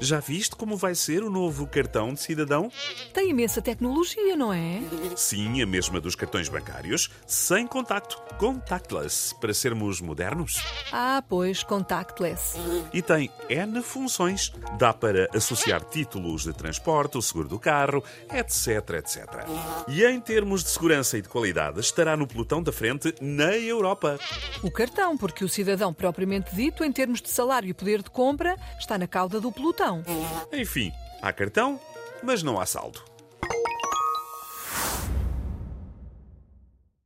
Já viste como vai ser o novo cartão de cidadão? Tem imensa tecnologia, não é? Sim, a mesma dos cartões bancários, sem contacto, contactless, para sermos modernos. Ah, pois, contactless. E tem N funções. Dá para associar títulos de transporte, o seguro do carro, etc, etc. E em termos de segurança e de qualidade, estará no pelotão da frente na Europa. O cartão, porque o cidadão propriamente dito, em termos de salário e poder de compra, está na cauda do pelotão. Enfim, há cartão, mas não há saldo.